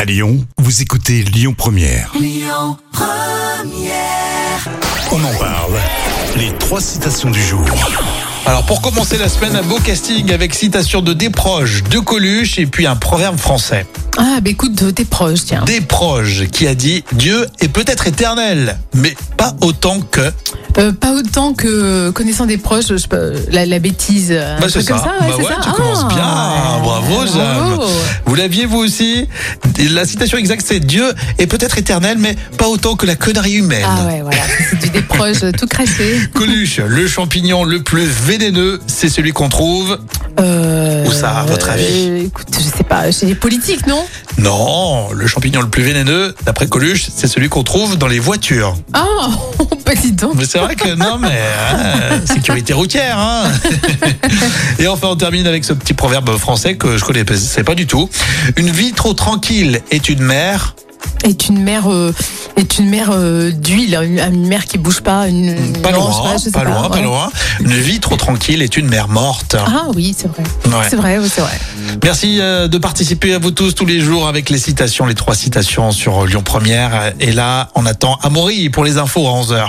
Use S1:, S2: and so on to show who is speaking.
S1: À Lyon, vous écoutez Lyon Première. On en parle. Les trois citations du jour.
S2: Alors pour commencer la semaine, un beau casting avec citation de Desproges, de Coluche et puis un proverbe français.
S3: Ah, bah écoute, de tes proches, tiens.
S2: Desproges qui a dit Dieu est peut-être éternel, mais pas autant que.
S3: Euh, pas autant que euh, connaissant des proches, je sais pas, la, la bêtise. euh, un
S2: Bah,
S3: truc comme ça, ouais,
S2: Bah
S3: c'est
S2: ouais,
S3: ça.
S2: tu
S3: Ah,
S2: commences bien. Bravo,
S3: ouais,
S2: Jam.
S3: bravo.
S2: Vous l'aviez vous aussi La citation exacte c'est Dieu est peut-être éternel, mais pas autant que la connerie humaine.
S3: Ah ouais, voilà, c'est du des proches euh, tout craché.
S2: Coluche, le champignon le plus vénéneux, c'est celui qu'on trouve.
S3: Euh,
S2: Où ça, à votre avis
S3: euh, Écoute, je sais pas, chez les politiques, non
S2: Non, le champignon le plus vénéneux, d'après Coluche, c'est celui qu'on trouve dans les voitures.
S3: Ah, bah dis donc.
S2: Mais c'est vrai que non, mais hein, sécurité routière. Hein. Et enfin, on termine avec ce petit proverbe français que je connaissais pas du tout. Une vie trop tranquille est une mère.
S3: Est une mère, euh, est une mère euh, d'huile, une, une mère qui bouge pas. Une,
S2: Pas
S3: non,
S2: loin,
S3: je sais
S2: pas,
S3: je sais
S2: loin, pas
S3: ouais.
S2: loin. Une vie trop tranquille est une mère morte.
S3: Ah oui, c'est vrai.
S2: Ouais.
S3: C'est vrai, ouais, c'est vrai.
S2: Merci euh, de participer à vous tous tous les jours avec les citations, les trois citations sur Lyon Première. Et là, on attend Amaury pour les infos à 11h.